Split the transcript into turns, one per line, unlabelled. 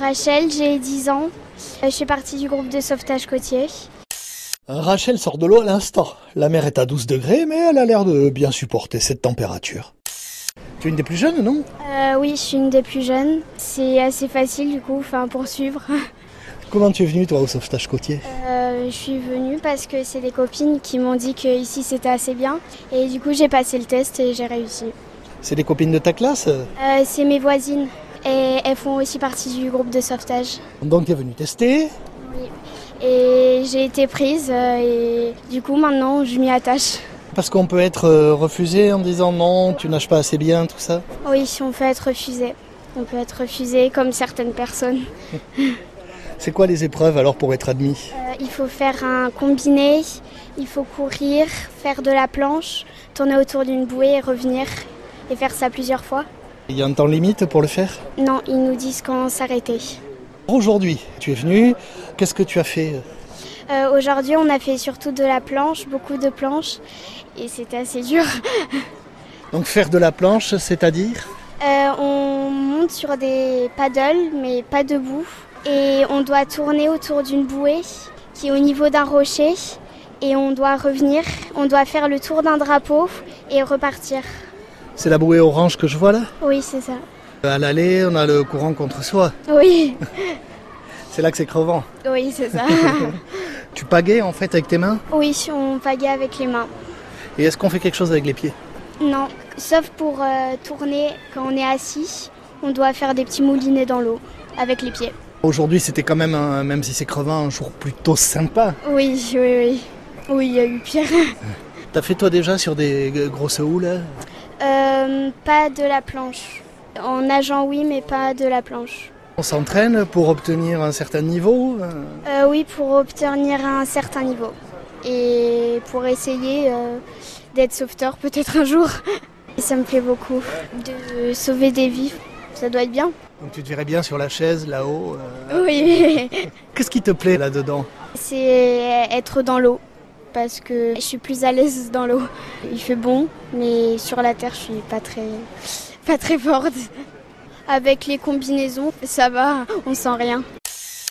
Rachel, j'ai 10 ans. Euh, Je suis partie du groupe de sauvetage côtier.
Rachel sort de l'eau à l'instant. La mer est à 12 degrés, mais elle a l'air de bien supporter cette température. Tu es une des plus jeunes, non
Euh, oui, je suis une des plus jeunes. C'est assez facile du coup, enfin pour suivre.
Comment tu es venue, toi, au sauvetage côtier
Euh, je suis venue parce que c'est des copines qui m'ont dit que ici c'était assez bien. Et du coup, j'ai passé le test et j'ai réussi.
C'est des copines de ta classe
Euh, c'est mes voisines et elles font aussi partie du groupe de sauvetage.
Donc tu es venue tester.
Et j'ai été prise euh, et du coup, maintenant, je m'y attache.
Parce qu'on peut être euh, refusé en disant non, tu nages pas assez bien, tout ça.
Oui, on peut être refusé. On peut être refusé comme certaines personnes.
C'est quoi les épreuves alors pour être admis
Euh, il faut faire un combiné, il faut courir, faire de la planche, tourner autour d'une bouée et revenir et faire ça plusieurs fois.
Il y a un temps limite pour le faire
Non, ils nous disent quand s'arrêter.
Aujourd'hui, tu es venu, qu'est-ce que tu as fait
Euh, Aujourd'hui, on a fait surtout de la planche, beaucoup de planches, et c'était assez dur.
Donc faire de la planche, c'est-à-dire
Euh, on monte sur des paddles, mais pas debout, et on doit tourner autour d'une bouée qui est au niveau d'un rocher, et on doit revenir, on doit faire le tour d'un drapeau et repartir.
C'est la bouée orange que je vois là
Oui, c'est ça.
À l'aller, on a le courant contre soi.
Oui,
C'est là que c'est crevant.
oui, c'est ça.
Tu pagaies en fait avec tes mains
oui, on pagaie avec les mains.
Et est-ce qu'on fait quelque chose avec les pieds
Non, sauf pour euh, tourner quand on est assis, on doit faire des petits moulinets dans l'eau avec les pieds.
Aujourd'hui, c'était quand même, un- même si c'est crevant, un jour plutôt sympa.
Oui, oui, oui. Oui, il y a eu pire.
T'as fait toi déjà sur des g- grosses houles hein
Euh, pas de la planche. En nageant, oui, mais pas de la planche.
On s'entraîne pour obtenir un certain niveau euh,
Euh, oui, pour obtenir un certain niveau. Et pour essayer euh, d'être sauveteur peut-être un jour. Et ça me plaît beaucoup de sauver des vies. Ça doit être bien.
Donc tu te verrais bien sur la chaise là-haut. euh.
Oui.
Qu'est-ce qui te plaît là-dedans
C'est être dans l'eau. Parce que je suis plus à l'aise dans l'eau. Il fait bon, mais sur la terre, je suis pas très, pas très forte. Avec les combinaisons, ça va, on sent rien.